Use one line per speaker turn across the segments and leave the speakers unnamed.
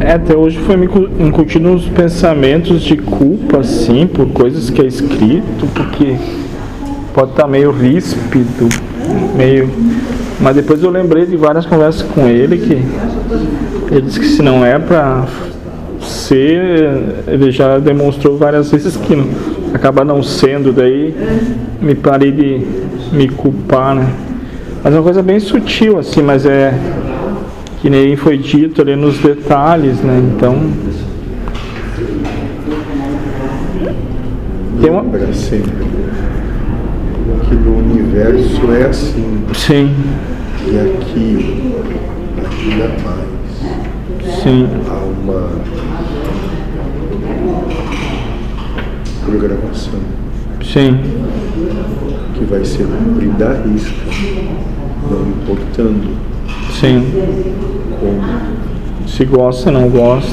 É, até hoje foi me incu- incutindo uns pensamentos de culpa, assim, por coisas que é escrito, porque pode estar meio ríspido, meio. Mas depois eu lembrei de várias conversas com ele que ele disse que se não é pra ser, ele já demonstrou várias vezes que acaba não sendo, daí me parei de me culpar, né? Mas é uma coisa bem sutil, assim, mas é que nem foi dito ali nos detalhes, né? Então. Tem uma.
Lembra sempre que no universo é assim,
Sim,
e aqui, aqui na paz,
sim,
há uma programação
sim,
que vai ser cumprida à risca, não importando
sim.
como.
Se gosta, não gosta.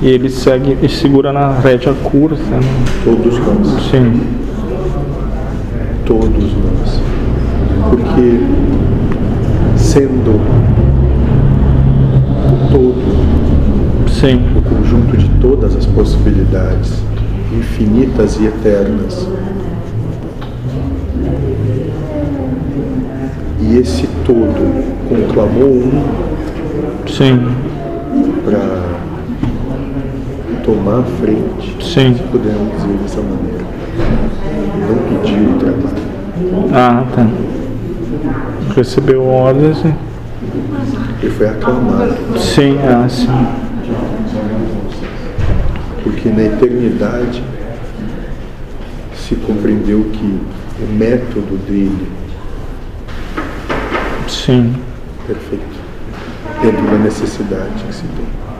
E ele segue e segura na rédea curta, né?
Todos nós,
Sim,
todos nós. Porque sendo o todo
sim,
o conjunto de todas as possibilidades infinitas e eternas. E esse todo conclamou um
sim,
para tomar a frente,
sim.
se pudermos dizer dessa maneira. Não pediu o trabalho.
Ah, tá. Recebeu ordens. né?
Ele foi aclamado,
Sim, ah, sim.
porque na eternidade se compreendeu que o método dele
Sim,
perfeito dentro da necessidade que se tem.